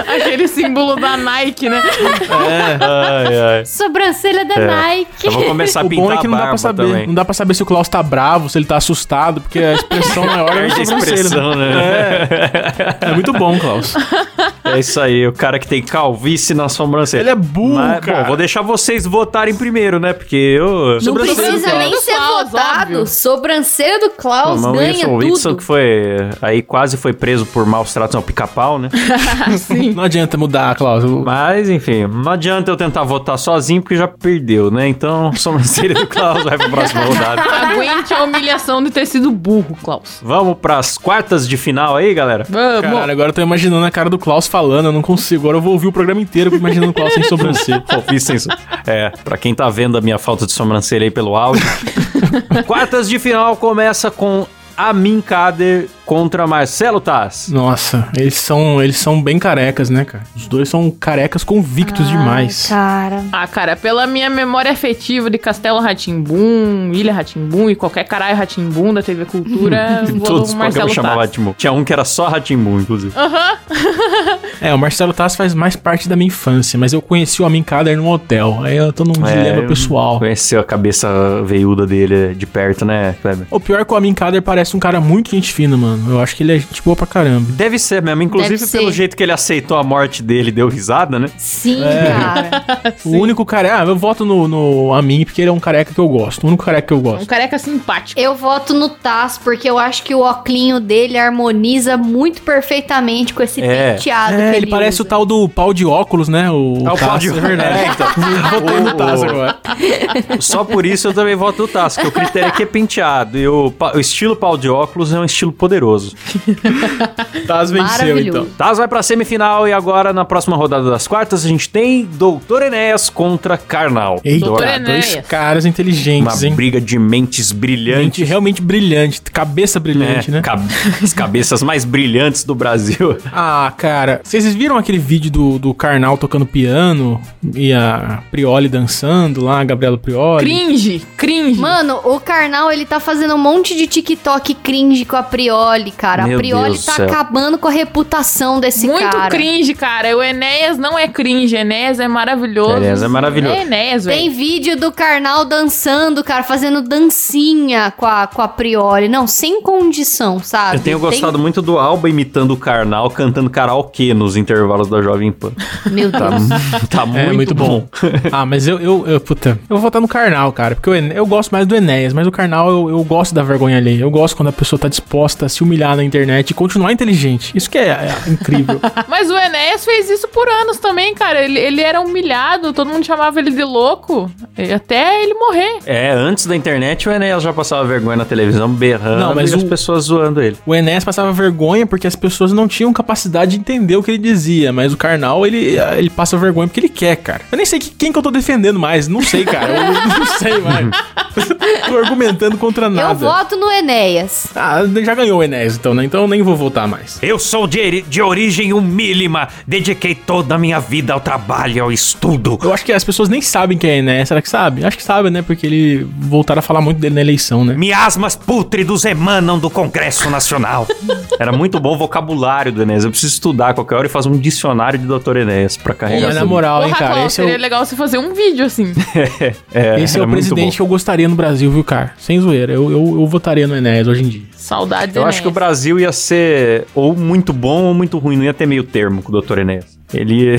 Aquele símbolo da Nike, <laughs> né? Ai, ai. Sobrancelha É. da Nike. Eu vou começar a O pintar bom é que a não dá <laughs> pra barba saber. também. Não dá pra saber se o Klaus tá bravo, se ele tá assustado, porque a expressão maior é a <laughs> Perde a sobrancelha. expressão, né? É muito bom, Klaus. É. isso aí, o cara que tem calvície na sobrancelha. Ele é burro, Mas, cara. Bom, vou deixar vocês votarem primeiro, né? Porque eu... Não precisa do nem Klaus, ser óbvio. votado. Sobrancelha do Klaus Mas o é ganha Wilson um um Wilson tudo. que foi... É, Aí quase foi preso por maus tratos ao pica-pau, né? Assim. Não adianta mudar, Klaus. O- Mas, enfim, não adianta eu tentar votar sozinho, porque já perdeu, né? Então, <laughs> sobrancelha do Klaus vai pra próxima rodada. Aguente a humilhação de ter sido burro, Klaus. Vamos pras quartas de final aí, galera? Vamos. Caralho, agora eu tô imaginando a cara do Klaus falando, eu não consigo. Agora eu vou ouvir o programa inteiro imaginando o Klaus sem sobrancelha. Fofice, hein? É, pra quem tá vendo a minha falta de sobrancelha aí pelo áudio. quartas de final começa com Amin Kader contra Marcelo Taz. <laughs> Nossa, eles são, eles são bem carecas, né, cara? Os dois são carecas convictos demais. Cara. Ah, cara, pela minha memória afetiva de Castelo Ratimbum, Ilha Ratimbum e qualquer caralho Ratimbum da <laughs> TV Cultura, eu vou Todos no os Marcelo programas chamavam Taz. Ratimbu. Tinha um que era só Ratimbu, inclusive. É, o Marcelo Tassi faz mais parte da minha infância, mas eu conheci o Amin Kader num hotel. Aí eu tô num É, dilema eu pessoal. Conheceu é a cabeça veiuda dele de perto, né, Kleber? O pior é que o Amin Kader parece um cara muito gente fina, mano. Eu acho que ele é gente boa pra caramba. Deve ser mesmo, inclusive Deve pelo ser. jeito que ele aceitou a morte dele, deu risada, né? Sim, cara. O único cara... Ah, eu voto no, no Amin porque ele é um careca que eu gosto. O único careca que eu Um gosto. careca simpático. Eu voto no Taz, porque eu acho que o oclinho dele harmoniza muito perfeitamente com esse É. penteado um que É, ele, ele parece o usa. tal do pau de óculos, né? O, É o pau Tassi, de- <laughs> É verdade. É, então. <laughs> Votei no O- Tassi agora. Só por isso eu também voto no Tasca. O critério aqui é penteado. E o, pa- o estilo pau de óculos é um estilo poderoso. Taz venceu, Maravilhoso. então. Taz vai pra semifinal e agora na próxima rodada das quartas a gente tem Doutor Enéas contra Karnal. Doutor Eita, Enéas. dois caras Uma inteligentes, hein? briga de mentes Gente brilhantes. realmente brilhante. Cabeça brilhante, né? <laughs> Cab- As cabeças mais brilhantes do Brasil. Ah, cara, vocês viram aquele vídeo do, do Karnal tocando piano e a Prioli dançando lá, a Gabriela Prioli? Cringe, cringe. Mano, o Karnal, ele tá fazendo um monte de TikTok cringe com a Prioli. Prioli, cara. Meu a Prioli Deus do tá céu. acabando com a reputação desse Muito cara. cringe, cara. O Enéas não é cringe. Enéas é maravilhoso. Enéas é maravilhoso. É Enéas, Tem velho. vídeo do Karnal dançando, cara, fazendo dancinha com a, com a Prioli. Não, sem condição, sabe? Eu tenho Tem- gostado muito do Alba imitando o Karnal, cantando karaokê nos intervalos da Jovem <laughs> Pan. Meu Tá, Deus. tá muito, É, muito bom. bom. ah, mas eu, eu, eu, puta, eu vou votar no Karnal, cara, porque o Ene- eu gosto mais do Enéas, mas o Karnal eu, eu gosto da vergonha ali. Eu gosto quando a pessoa tá disposta a se humilhar na internet e continuar inteligente. Isso que é, é incrível. Mas o Enéas fez isso por anos também, cara. Ele, ele era humilhado, todo mundo chamava ele de louco. e Até ele morrer. É, antes da internet o Enéas já passava vergonha na televisão berrando Não, mas e as o- pessoas zoando ele. o Enéas passava vergonha porque as pessoas não tinham capacidade de entender o que ele dizia, mas o Karnal, ele, eh, ele passa vergonha porque ele quer, cara. Eu nem sei que- quem que eu tô defendendo mais, não sei, cara. Eu não sei mais. <laughs> tô argumentando contra nada. Eu voto no Enéas. Ah, já ganhou o Enéas, então, né? Então eu nem vou votar mais. Eu sou de, ori- de origem humílima, dediquei toda a minha vida ao trabalho e ao estudo. Eu acho que as pessoas nem sabem quem é Enéas. Será que sabe? Acho que sabe, né? Porque ele voltaram a falar muito dele na eleição, né? Miasmas pútridos emanam do Congresso Nacional. <laughs> Era muito bom o vocabulário do Enéas. Eu preciso estudar a qualquer hora e fazer um dicionário de Dr. Enéas pra carregar. Mas na tudo. moral, hein, Porra, cara? Klaus, Esse é seria o, legal você fazer um vídeo <laughs> assim. É, esse é era o muito presidente que eu gostaria no Brasil, viu, cara? Sem zoeira. Eu, eu, eu votaria no Enéas hoje em dia. Saudades Eu acho que o Enéas. Brasil ia ser ou muito bom ou muito ruim, não ia ter meio termo com o Dr. Enéas. Ele.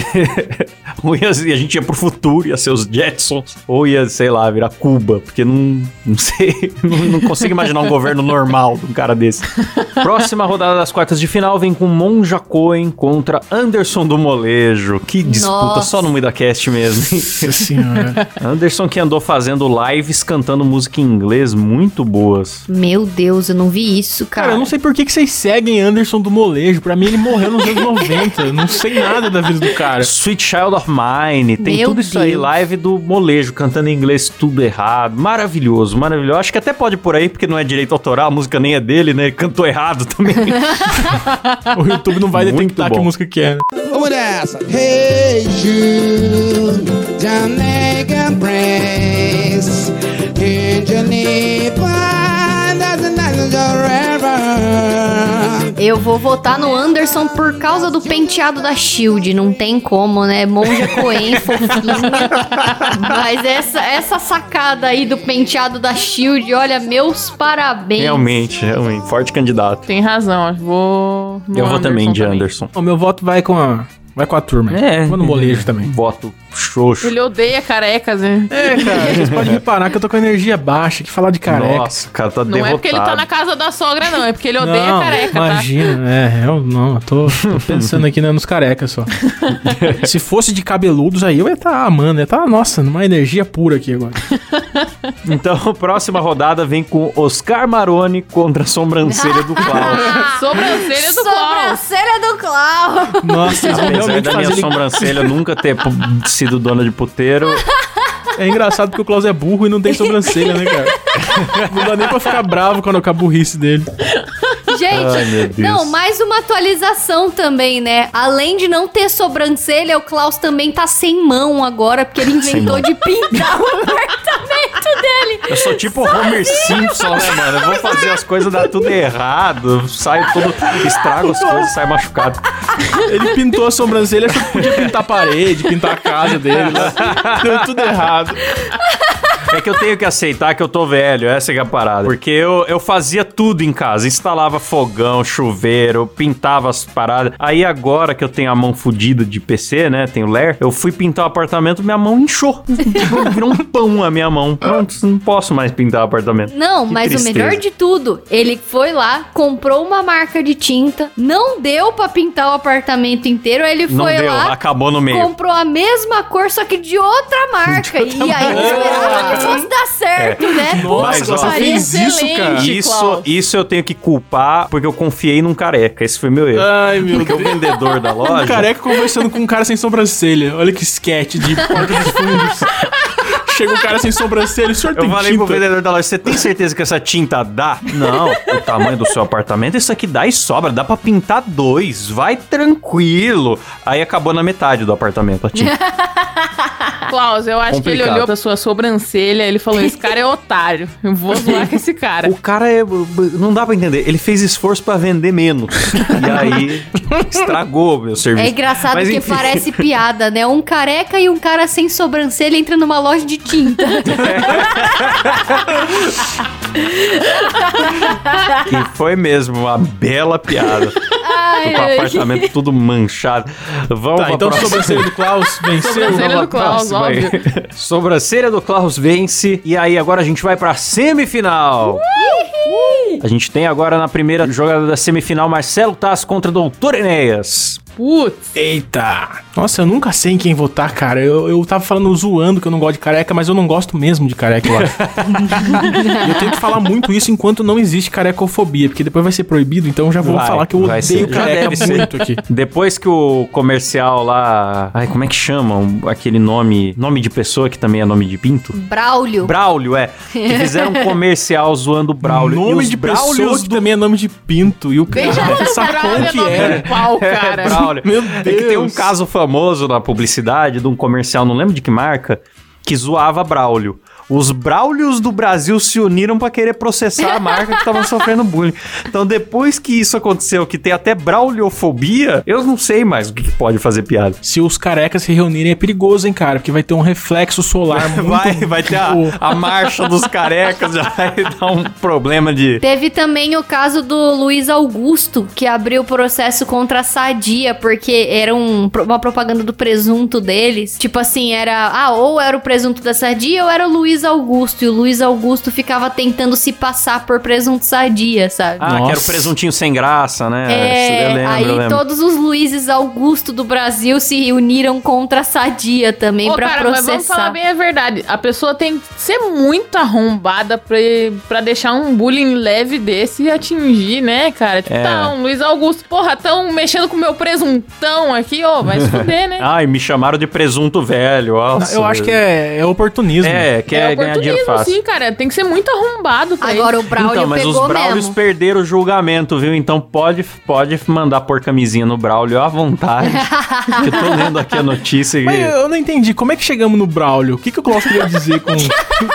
<laughs> ou ia, a gente ia pro futuro, ia ser os Jetsons, ou ia, sei lá, virar Cuba, porque não, não sei, <laughs> não, não consigo imaginar um governo normal de um cara desse. Próxima rodada das quartas de final vem com Monja Coen contra Anderson do Molejo. Que disputa Nossa. só no MidaCast mesmo. hein? Nossa senhora. Anderson que andou fazendo lives cantando música em inglês muito boas. Meu Deus, eu não vi isso, cara. cara, eu não sei por que, que vocês seguem Anderson do Molejo. Pra mim, ele morreu nos anos 90. Eu não sei nada da vida do cara. Sweet Child of Mine, tem Meu tudo isso aí, Deus. live do molejo, cantando em inglês tudo errado, maravilhoso, maravilhoso. Acho que até pode por aí, porque não é direito autoral, a música nem é dele, né? Ele cantou errado <laughs> <laughs> também. O YouTube não vai Muito detectar bom. que música que é. né? Vamos nessa! Hey Jude, Jamaica Prince, Angelipa, doesn't nothing forever. Eu vou votar no Anderson por causa do penteado da Shield. Não tem como, né? Monja Coen, <laughs> fofinha. Mas essa, essa sacada aí do penteado da Shield, olha, meus parabéns. realmente, realmente, forte candidato. Tem razão, acho que vou. no Eu vou também de Anderson Anderson. O meu voto vai com a, vai com a turma. É. Vou no Molejo também. Voto xoxo. Ele odeia carecas, né? É, cara, vocês podem reparar que eu tô com a energia baixa, que falar de careca. Nossa, o cara tá Não derrotado. é porque ele tá na casa da sogra, não. É porque ele odeia não, careca, tá? imagina, é, eu não, eu <laughs> tô, tô pensando aqui né, nos carecas só. Se fosse de cabeludos aí, eu ia tá amando, ia tá, nossa, numa energia pura aqui agora. <laughs> <laughs> Então, próxima rodada vem com Oscar Maroni contra a sobrancelha <laughs> do Klaus. Ah, Sobrancelha do Klaus. Sobrancelha do <laughs> Klaus. Nossa, eles vão Apesar realmente da minha fazer... ele- sobrancelha nunca ter pu- sido dona de puteiro, É engraçado porque o Klaus é burro e não tem sobrancelha, né, cara? Não dá nem pra ficar bravo quando com a burrice dele. Ai, meu Gente, Deus. não, mais uma atualização também, né? Além de não ter sobrancelha, o Klaus também tá sem mão agora, porque ele inventou <laughs> de pintar o apartamento dele. Eu sou tipo Homer Simpson, né, mano? Eu vou fazer as coisas, dá tudo errado, saio todo, estrago as coisas, saio machucado. Ele pintou a sobrancelha, achou que podia pintar a parede, pintar a casa dele, né? Deu tudo errado. É que eu tenho que aceitar que eu tô velho, essa que é a parada. Porque eu, eu fazia tudo em casa, instalava fogão, chuveiro, pintava as paradas. Aí agora que eu tenho a mão fodida de PC, né, tenho ler, eu fui pintar o apartamento, minha mão inchou. Virou um pão a minha mão. Não, não posso mais pintar o apartamento. Não, Que mas tristeza. o melhor de tudo, ele foi lá, comprou uma marca de tinta, não deu pra pintar o apartamento inteiro, aí ele Não foi deu, lá, acabou no meio. comprou a mesma cor, só que de outra marca. e aí ele esperava que fosse dar certo, né? Nossa, Puta que você pariu. fez isso, cara? Isso, Klaus. isso eu tenho que culpar porque eu confiei num careca. Esse foi meu erro. Ai, meu Porque o Ah. vendedor da Um loja. careca conversando com um cara sem sobrancelha. Olha que sketch de porta dos fundos. Chega um cara sem sobrancelha, o senhor Eu tem falei pro tinta. vendedor da loja, você tem certeza que essa tinta dá? Não, o tamanho do seu apartamento, isso aqui dá e sobra, dá pra pintar dois, vai tranquilo. Aí acabou na metade do apartamento a tinta. Klaus, eu acho que ele Complicado. olhou pra sua sobrancelha ele falou: esse cara é otário. Eu vou zoar com esse cara. <laughs> O cara é. Não dá pra entender. Ele fez esforço pra vender menos. E aí estragou meu serviço. É engraçado Mas, porque enfim. parece piada, né? Um careca e um cara sem sobrancelha entra numa loja de tinta. <laughs> E foi mesmo uma bela piada. Ai, Com o apartamento tudo manchado. Vamos Tá, pra então a próxima. sobrancelha do Klaus venceu. Sobrancelha do Klaus, Próxima aí. óbvio. <laughs> Sobrancelha do Klaus vence. E aí, agora a gente vai pra semifinal. A gente tem agora na primeira jogada da semifinal Marcelo Taz contra Doutor Enéas. Putz. Eita! Nossa, eu nunca sei em quem votar, cara. Eu, eu tava falando zoando que eu não gosto de careca, mas eu não gosto mesmo de careca, <laughs> eu acho. E eu tento falar muito isso enquanto não existe carecofobia, porque depois vai ser proibido, então eu já vou Vai, falar que eu vai odeio ser. Já careca deve ser. muito aqui. <laughs> Depois que o comercial lá. Ai, como é que chamam aquele nome? Nome de pessoa que também é nome de pinto? Braulio. Braulio, é. Que fizeram <laughs> um comercial zoando o Braulio. E Nome os de Braulios pessoa que também é nome de pinto, e o cara Deixa eu sacou Braulio que é nome era. de pau, <laughs> É, cara. Braulio. Meu É que tem um Deus. caso famoso na publicidade de um comercial, não lembro de que marca, que zoava Braulio. Os Braulios do Brasil se uniram pra querer processar a marca que <laughs> estavam sofrendo bullying. Então, depois que isso aconteceu, que tem até brauliofobia, eu não sei mais o que, que pode fazer piada. Se os carecas se reunirem é perigoso, hein, cara, porque vai ter um reflexo Tá solar muito... Vai, vai ter a, a marcha dos carecas, já vai dar um problema de. Teve também o caso do Luiz Augusto, que abriu processo contra a Sadia, porque era um- uma propaganda do presunto deles. Tipo assim, era, ah, ou era o presunto da Sadia ou era o Luiz Augusto. E o Luiz Augusto ficava tentando se passar por presunto Sadia, sabe? Ah, quero Nossa. presuntinho sem graça, né? É, eu lembro, aí eu lembro. todos os Luizes Augusto do Brasil se uniram contra a Sadia também Ô, pra cara, mas vamos processar. falar bem a verdade. A pessoa tem que ser muito arrombada pra, pra deixar um bullying leve desse e atingir, né, cara? Tipo, É. tá, um Luiz Augusto. Porra, tão mexendo com o meu presuntão aqui, ó. Vai se <laughs> fuder, né? Ai, me chamaram de presunto velho. Nossa, Eu acho que é, é oportunismo. É, quer ganhar dinheiro fácil. sim, cara. Tem que ser muito arrombado pra Agora o isso. Braulio então, mas pegou os Braulios mesmo. perderam o julgamento, viu? Então pode, pode mandar pôr camisinha no Braulio à <laughs> vontade. que eu tô lendo aqui a notícia. e- Mas eu eu não entendi, como é que chegamos no Braulio? O que, que o Klaus queria dizer com...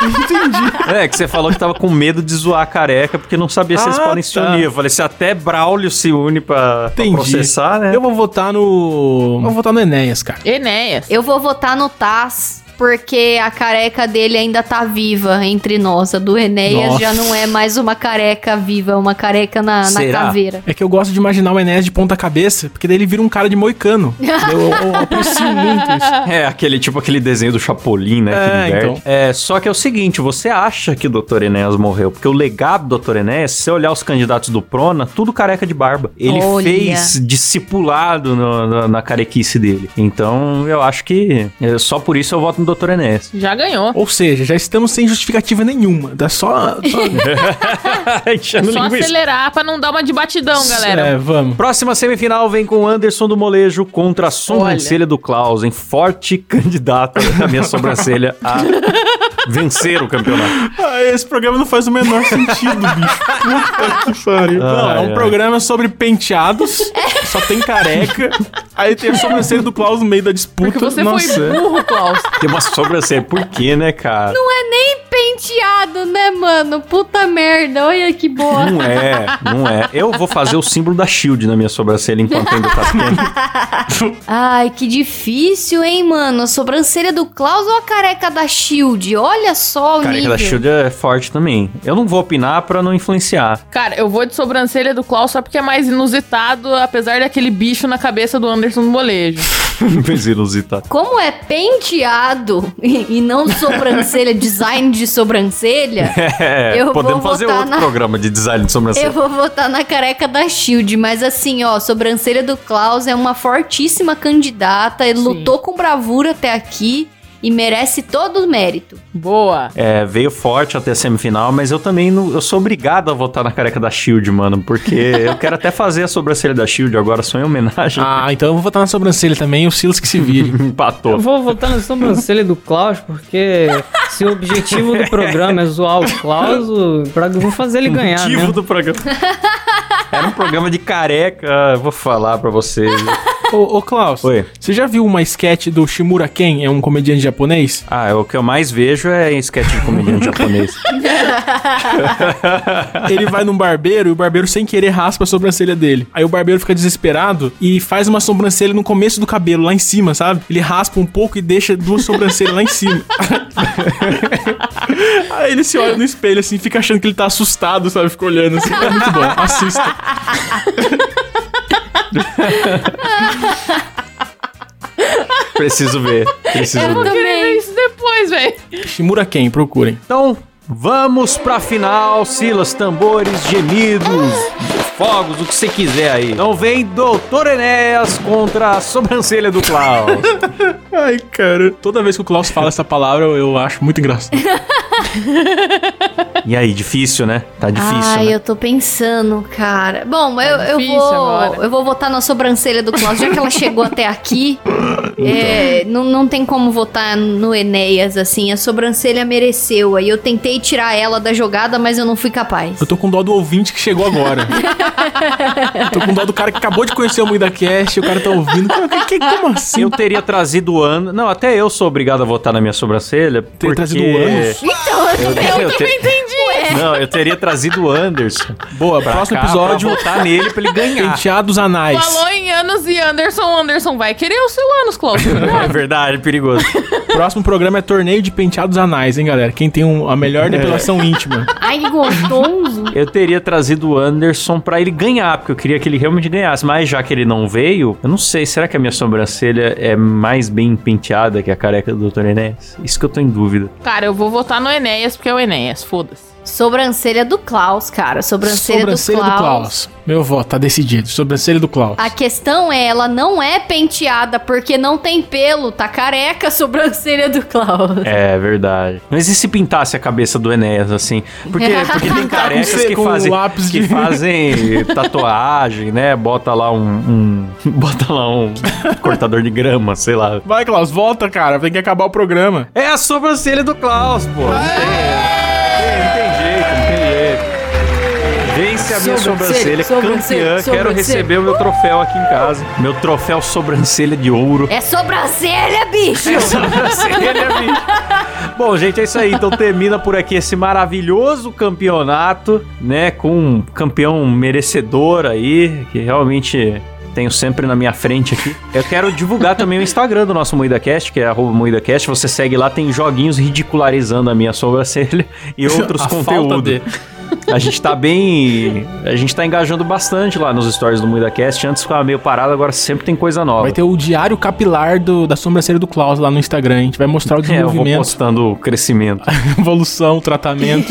entendi. É, que você falou que tava com medo de zoar a careca, porque não sabia se eles Ah, podem se tá. unir. Eu falei, se até Braulio se une pra, pra Entendi. processar, né? Eu vou votar no... Eu vou votar no Enéas, cara. Enéas. Eu vou votar no Taz, porque a careca dele ainda tá viva entre nós. A do Enéas Nossa. já não é mais uma careca viva, é uma careca na, na Será? caveira. É que eu gosto de imaginar o Enéas de ponta cabeça, porque daí ele vira um cara de <laughs> moicano. eu, eu- eu aprecio muito isso. É, aquele tipo aquele desenho do Chapolin, né? É, que inverte. então. é, só que é o seguinte, você acha que o Dr. Enéas morreu, porque o legado do Dr. Enéas, se você olhar os candidatos do Prona, tudo careca de barba. Ele Olha. fez discipulado no- na, na carequice dele. Então, eu acho que é, só por isso eu voto no Dr. <laughs> Enéas. Já ganhou. Ou seja, já estamos sem justificativa nenhuma. Tá só. Então, só- Enchendo É Só linguiça. acelerar pra não dar uma de batidão, galera. É, vamos. Próxima semifinal vem com Anderson do Molejo contra a sobrancelha do Klaus, em forte candidato né, da minha sobrancelha a vencer o campeonato. Ah, esse programa não faz o menor sentido, <laughs> bicho. Puta que pariu. Não, é Ai, um ai. programa sobre penteados, só tem careca. <laughs> Aí tem a sobrancelha do Klaus no meio da disputa. Porque você foi Nossa. <laughs> burro, Klaus. Tem uma sobrancelha, por quê, né, cara? Não é nem penteado, né, mano? Puta merda, olha que boa. Não é, não é. Eu vou fazer o símbolo da Shield na minha sobrancelha enquanto ainda tá <laughs> pequeno. Ai, que difícil, hein, mano? A sobrancelha do Klaus ou a careca da Shield? Olha só o Careca nível. da Shield é forte também. Eu não vou opinar pra não influenciar. Cara, eu vou de sobrancelha do Klaus só porque é mais inusitado, apesar daquele bicho na cabeça do Anderson do Molejo. Mas inusitado. Como é penteado e, e não sobrancelha, <laughs> design de sobrancelha, É, Eu vou podemos fazer votar outro na- programa de design de eu sobrancelha. vou votar na careca da Shield. Mas assim, ó, sobrancelha do Klaus é uma fortíssima candidata. Ele lutou com bravura até aqui. e merece todo o mérito. Boa. É, veio forte até a semifinal, mas eu também não, eu sou obrigado a votar na careca da Shield, mano, porque eu quero até fazer a sobrancelha da Shield agora, só em homenagem. Ah, então eu vou votar na sobrancelha também, o Silas que se vire. Empatou. Eu vou votar na sobrancelha do Klaus, porque se o objetivo do programa é zoar o Klaus, o- pra, eu vou fazer ele ganhar. né? Motivo mesmo. do programa. Era um programa de careca, Ah, eu vou falar pra vocês. ô, ô, Klaus, Oi. você já viu uma sketch do Shimura Ken? É um comediante japonês? Ah, o que eu mais vejo é sketch de comediante japonês. Ele vai num barbeiro e o barbeiro sem querer raspa a sobrancelha dele. Aí o barbeiro fica desesperado e faz uma sobrancelha no começo do cabelo, lá em cima, sabe? Ele raspa um pouco e deixa duas sobrancelhas lá em cima. Aí ele se olha no espelho assim, fica achando que ele tá assustado, sabe? Fica olhando assim. É muito bom, assista. Preciso ver, preciso ver. Eu Eu também. queria ver isso depois, velho. Shimura Ken, procurem. Então, vamos pra final. Silas, tambores, gemidos, fogos, o que você quiser aí. Então vem Doutor Enéas contra a sobrancelha do Klaus. Ai, cara. Toda vez que o Klaus fala essa palavra, eu- eu acho muito engraçado. e aí, difícil, né? Tá difícil, Ai, né? eu tô pensando, cara. Bom, eu, eu difícil vou. agora. Eu vou votar na sobrancelha do Klaus, já que ela chegou até aqui. é, não, não tem como votar no Enéas, assim. A sobrancelha mereceu. Aí eu tentei tirar ela da jogada, mas eu não <laughs> fui capaz. Eu tô com dó do ouvinte que chegou <laughs> agora. tô com dó do cara que acabou de conhecer o Muida Cast, o cara tá ouvindo. Como, que- que- como assim? Eu teria trazido o ano. Não, até eu sou obrigado a votar na minha sobrancelha. Ter porque- trazido o Anderson? Então, eu, Eu, eu, também te... entendi. Não, eu teria trazido o Anderson. Boa, próximo episódio, Pra votar nele pra ele ganhar. penteados anais. Falou em anos e Anderson. Anderson vai querer o seu anos, Klaus. <laughs> É verdade, perigoso. Próximo programa é torneio de penteados anais, hein, galera? Quem tem um- a É. melhor depilação íntima. Ai, que gostoso. Eu teria trazido o Anderson pra ele ganhar, porque eu queria que ele realmente ganhasse. Mas já que ele não veio, eu não sei, será que a minha sobrancelha é mais bem penteada que a careca do Dr. Enéas? Isso que eu tô em dúvida. Cara, eu vou votar no Enéas, porque é o Enéas. Foda-se. Sobrancelha do Klaus, cara. Sobrancelha, do, Klaus. Meu voto, tá decidido. Sobrancelha do Klaus. A questão é, ela não é penteada porque não tem pelo, tá careca a sobrancelha do Klaus. É, verdade. Mas e se pintasse a cabeça do Enéas, assim? <laughs> Porque, porque tem carecas você que com um fazem, lápis que de- fazem tatuagem, né? Bota lá um, <laughs> um- Bota lá um cortador de grama, sei lá. Vai, Klaus, volta, cara. Tem que acabar o programa. É a sobrancelha do Klaus, pô. Não tem, não tem jeito, não tem jeito. Vence a minha sobrancelha, Sobrancelha, campeã. sobrancelha, Quero sobrancelha. receber o meu troféu aqui em casa. Meu troféu sobrancelha de ouro. É sobrancelha, <laughs> bicho! Sobrancelha, é bicho. Bom, gente, é isso aí. Então termina por aqui esse maravilhoso campeonato, né? Com um campeão merecedor aí, que realmente tenho sempre na minha frente aqui. Eu quero divulgar também o Instagram do nosso MoídaCast, que é arroba MoídaCast. Você segue lá, tem joguinhos ridicularizando a minha sobrancelha e outros <laughs> A falta conteúdos. de- A gente tá bem. A gente tá engajando bastante lá nos stories do MoídaCast. Antes ficava meio parado, agora sempre tem coisa nova. Vai ter o diário capilar do- da sobrancelha do Klaus lá no Instagram. A gente vai mostrar <laughs> É, o eu vou desenvolvimento. postando o crescimento. <laughs> evolução, tratamento.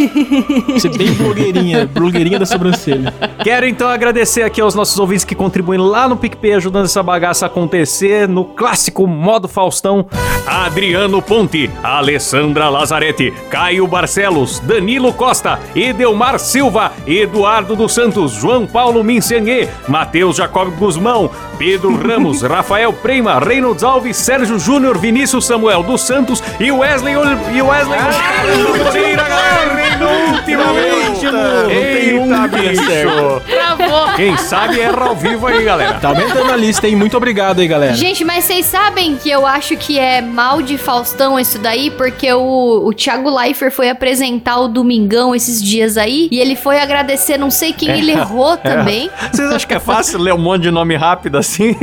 Você é bem blogueirinha, blogueirinha da sobrancelha. Quero então agradecer aqui aos nossos ouvintes que contribuem lá no PicPay, ajudando essa bagaça a acontecer no clássico modo Faustão. Adriano Ponte, Alessandra Lazarete, Caio Barcelos, Danilo Costa, Edelmar Silva, Eduardo dos Santos, João Paulo Mincengue, Matheus Jacob Guzmão, Pedro <laughs> Ramos, Rafael Prema, Reynolds Alves, Sérgio Júnior, Vinícius Samuel dos Santos e Wesley Ol... e Wesley... Ah, Moreira, galera, penúltimo! Não tem um Eita, que dê bicho! Travou. Quem sabe erra ao vivo aí, <laughs> galera. Tá aumentando a lista, hein? Muito obrigado aí, galera. Gente, mas vocês sabem que eu acho que é mal de Faustão isso daí, porque o, o Thiago Leifert foi apresentar o Domingão esses dias aí, e ele foi agradecer não sei quem ele errou também. Vocês acham que é fácil ler um monte de nome rápido assim? <laughs>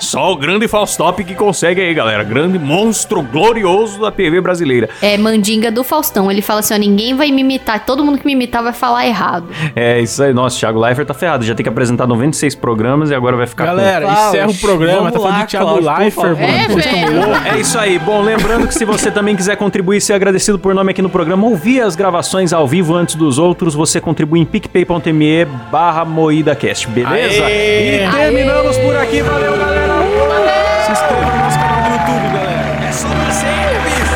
Só o grande Faustop que consegue aí, galera. Grande monstro glorioso da TV brasileira. É mandinga do Faustão. Ele fala assim: ó, ninguém vai me imitar, todo mundo que me imitar vai falar errado. É isso aí. Nossa, o Thiago Leifert tá ferrado. Já tem que apresentar 96 programas e agora vai ficar com- Galera, Klaus, encerra o programa. vamos Tá falando lá, de Thiago Klaus, por Leifert, favor. mano. É, Vocês tão velho. loucos. É isso aí. Bom, lembrando que se você também quiser contribuir e ser agradecido por nome aqui no programa, ouvir as gravações ao vivo antes dos outros, você contribui em picpay.me barra moídacast, beleza? Aê! E terminamos por aqui. Valeu, galera! Se inscreva no nosso canal do YouTube, galera. É abraçando você, bicho.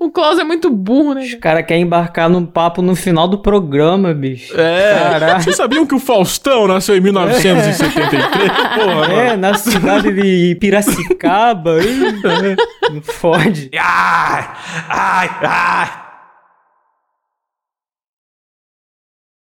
O Klaus é muito burro, né? Os cara? caras querem embarcar num papo no final do programa, bicho. É. Caralho. Vocês sabiam que o Faustão nasceu em 1973? Porra, mano. É, na cidade de Piracicaba. Eita, né? Não fode. Ai, ai, ai.